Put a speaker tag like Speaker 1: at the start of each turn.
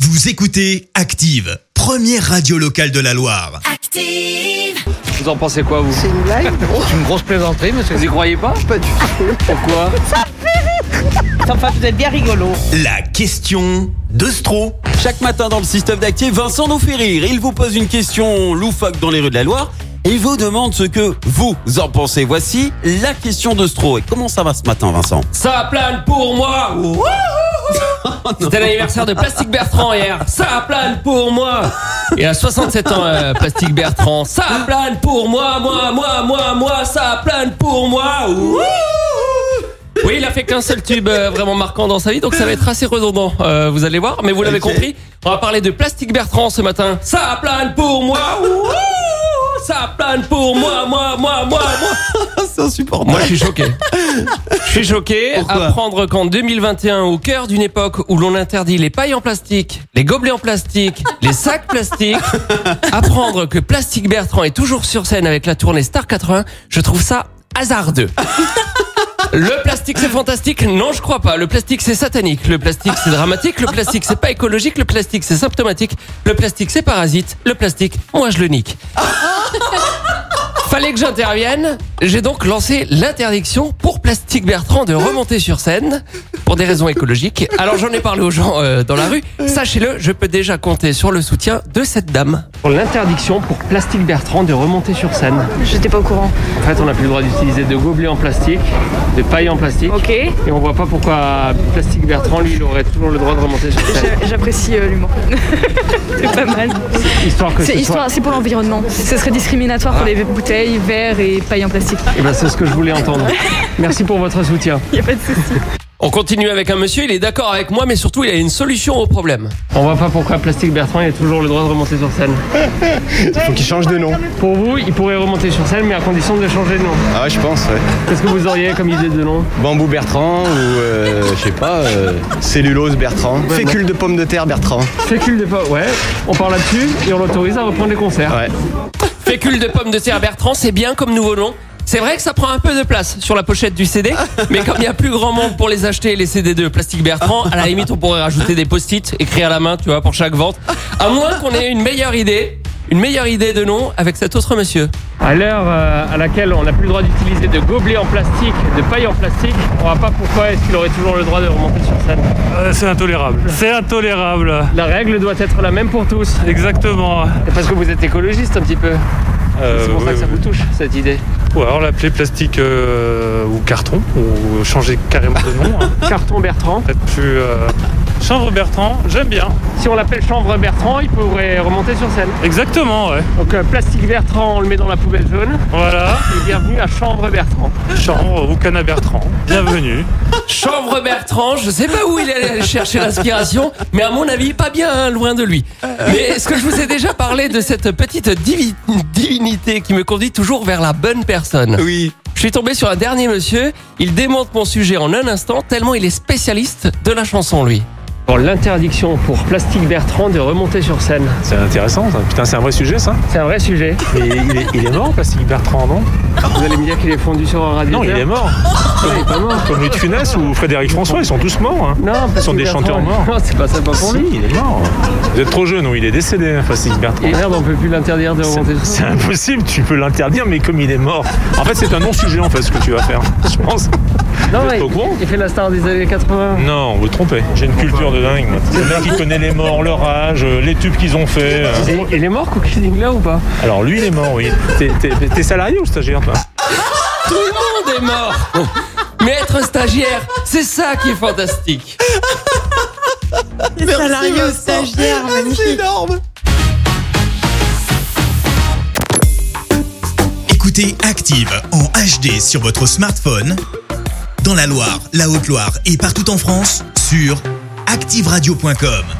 Speaker 1: Vous écoutez Active, première radio locale de la Loire.
Speaker 2: Active!
Speaker 3: Vous en pensez quoi, vous
Speaker 4: C'est une blague
Speaker 3: C'est une grosse plaisanterie, monsieur. Vous y croyez pas
Speaker 4: Pas du tout.
Speaker 3: Pourquoi
Speaker 4: Enfin, vous êtes bien rigolo.
Speaker 1: La question de Stro.
Speaker 5: Chaque matin dans le système d'actifs, Vincent nous fait rire. Il vous pose une question loufoque dans les rues de la Loire et vous demande ce que vous en pensez. Voici la question de Stro. Et comment ça va ce matin, Vincent
Speaker 6: Ça plane pour moi C'était l'anniversaire de Plastique Bertrand hier. Ça plane pour moi Et à 67 ans, euh, Plastique Bertrand. Ça plane pour moi, moi, moi, moi, moi. Ça plane pour moi. Ouh. Oui, il a fait qu'un seul tube euh, vraiment marquant dans sa vie, donc ça va être assez redondant. euh, vous allez voir, mais vous l'avez compris. On va parler de Plastique Bertrand ce matin. Ça plane pour moi. Ouh. Ça plane pour moi, moi, moi, moi, moi.
Speaker 5: C'est insupportable.
Speaker 6: Moi, je suis choqué. Je suis choqué.
Speaker 5: Pourquoi
Speaker 6: Apprendre qu'en 2021, au cœur d'une époque où l'on interdit les pailles en plastique, les gobelets en plastique, les sacs plastiques, apprendre que Plastique Bertrand est toujours sur scène avec la tournée Star 80, je trouve ça hasardeux. Le plastique c'est fantastique Non, je crois pas. Le plastique c'est satanique. Le plastique c'est dramatique. Le plastique c'est pas écologique. Le plastique c'est symptomatique. Le plastique c'est parasite. Le plastique, moi je le nique. Fallait que j'intervienne. J'ai donc lancé l'interdiction pour Plastique Bertrand de remonter sur scène pour des raisons écologiques. Alors j'en ai parlé aux gens euh, dans la rue. Sachez-le, je peux déjà compter sur le soutien de cette dame. Pour l'interdiction pour Plastique Bertrand de remonter sur scène.
Speaker 7: J'étais pas au courant.
Speaker 6: En fait, on n'a plus le droit d'utiliser de gobelets en plastique, de pailles en plastique.
Speaker 7: Ok. Euh,
Speaker 6: Et on voit pas pourquoi Plastique Bertrand, lui, il aurait toujours le droit de remonter sur scène.
Speaker 7: J'a- J'apprécie euh, l'humour. c'est pas mal.
Speaker 6: Histoire que
Speaker 7: C'est
Speaker 6: ce soit... Ah.
Speaker 7: histoire- c'est pour l'environnement. Ce serait discriminatoire pour les bouteilles, verres et pailles en plastique.
Speaker 6: Eh ben, c'est ce que je voulais entendre. Merci pour votre soutien.
Speaker 7: Il a pas de souci.
Speaker 6: On continue avec un monsieur, il est d'accord avec moi, mais surtout il a une solution au problème. On voit pas pourquoi Plastique Bertrand il a toujours le droit de remonter sur scène.
Speaker 8: Faut qu'il change de nom.
Speaker 6: Pour vous, il pourrait remonter sur scène, mais à condition de changer de nom.
Speaker 8: Ah ouais, je pense, ouais.
Speaker 6: Qu'est-ce que vous auriez comme idée de nom
Speaker 8: Bambou Bertrand ou euh, je sais pas, euh, cellulose Bertrand. Fécule de pomme de terre Bertrand.
Speaker 6: Fécule de pomme, ouais. On parle là-dessus et on l'autorise à reprendre les concerts.
Speaker 8: Ouais.
Speaker 6: Fécule de pomme de terre Bertrand, c'est bien comme nouveau nom. C'est vrai que ça prend un peu de place sur la pochette du CD, mais comme il n'y a plus grand monde pour les acheter, les CD de Plastique Bertrand, à la limite on pourrait rajouter des post-it, écrire à la main, tu vois, pour chaque vente. À moins qu'on ait une meilleure idée, une meilleure idée de nom avec cet autre monsieur. À l'heure euh, à laquelle on n'a plus le droit d'utiliser de gobelets en plastique, de paille en plastique, on ne voit pas pourquoi est-ce qu'il aurait toujours le droit de remonter sur scène.
Speaker 9: Euh, C'est intolérable. C'est intolérable.
Speaker 6: La règle doit être la même pour tous.
Speaker 9: Exactement.
Speaker 6: C'est parce que vous êtes écologiste un petit peu.
Speaker 9: Euh,
Speaker 6: C'est pour ça que ça vous touche, cette idée.
Speaker 9: Ou alors l'appeler plastique euh, ou carton, ou changer carrément de nom. hein.
Speaker 6: Carton Bertrand.
Speaker 9: Peut-être plus. euh, Chanvre Bertrand, j'aime bien.
Speaker 6: Si on l'appelle Chambre Bertrand, il pourrait remonter sur scène.
Speaker 9: Exactement, ouais.
Speaker 6: Donc euh, Plastique Bertrand, on le met dans la poubelle jaune.
Speaker 9: Voilà.
Speaker 6: Et bienvenue à Chambre Bertrand.
Speaker 9: Chanvre ou Cana Bertrand, bienvenue.
Speaker 6: Chambre Bertrand, je sais pas où il est allé chercher l'inspiration, mais à mon avis, pas bien hein, loin de lui. Mais est-ce que je vous ai déjà parlé de cette petite divi- divinité qui me conduit toujours vers la bonne personne
Speaker 5: Oui.
Speaker 6: Je suis tombé sur un dernier monsieur, il démonte mon sujet en un instant, tellement il est spécialiste de la chanson, lui. Pour l'interdiction pour Plastique Bertrand de remonter sur scène.
Speaker 9: C'est intéressant, ça. Putain, c'est un vrai sujet, ça.
Speaker 6: C'est un vrai sujet.
Speaker 9: Mais il est, mort, plastique Bertrand, non
Speaker 6: Vous allez me dire qu'il est fondu sur un radiateur
Speaker 9: Non, il est mort.
Speaker 6: Non, il est pas mort.
Speaker 9: Comme Louis de Funès ou Frédéric François, ils sont tous morts. hein.
Speaker 6: Non,
Speaker 9: Ce sont des
Speaker 6: Bertrand-
Speaker 9: chanteurs morts.
Speaker 6: Non, c'est pas sympa pour
Speaker 9: Si,
Speaker 6: lui.
Speaker 9: il est mort. Vous êtes trop jeune, ou il est décédé, hein, plastique Bertrand.
Speaker 6: Et merde, on peut plus l'interdire de remonter sur
Speaker 9: C'est
Speaker 6: scène.
Speaker 9: impossible, tu peux l'interdire, mais comme il est mort. En fait, c'est un non-sujet en fait ce que tu vas faire, je pense.
Speaker 6: Non,
Speaker 9: êtes
Speaker 6: mais
Speaker 9: pas au courant
Speaker 6: il fait la star des années 80.
Speaker 9: Non, vous trompez. J'ai une culture de dingue. moi. C'est le mec qui connaît les morts, leur âge, euh, les tubes qu'ils ont fait. euh.
Speaker 6: Et il est mort, Cookie Dingler, ou pas
Speaker 9: Alors lui, il est mort, oui. T'es- T'es t'es salarié ou stagiaire, toi
Speaker 6: Tout le monde est mort Mais être stagiaire, c'est ça qui est fantastique
Speaker 5: Salarié au stagiaire, C'est énorme.
Speaker 1: Écoutez Active en HD sur votre smartphone, dans la Loire, la Haute-Loire et partout en France, sur activeradio.com.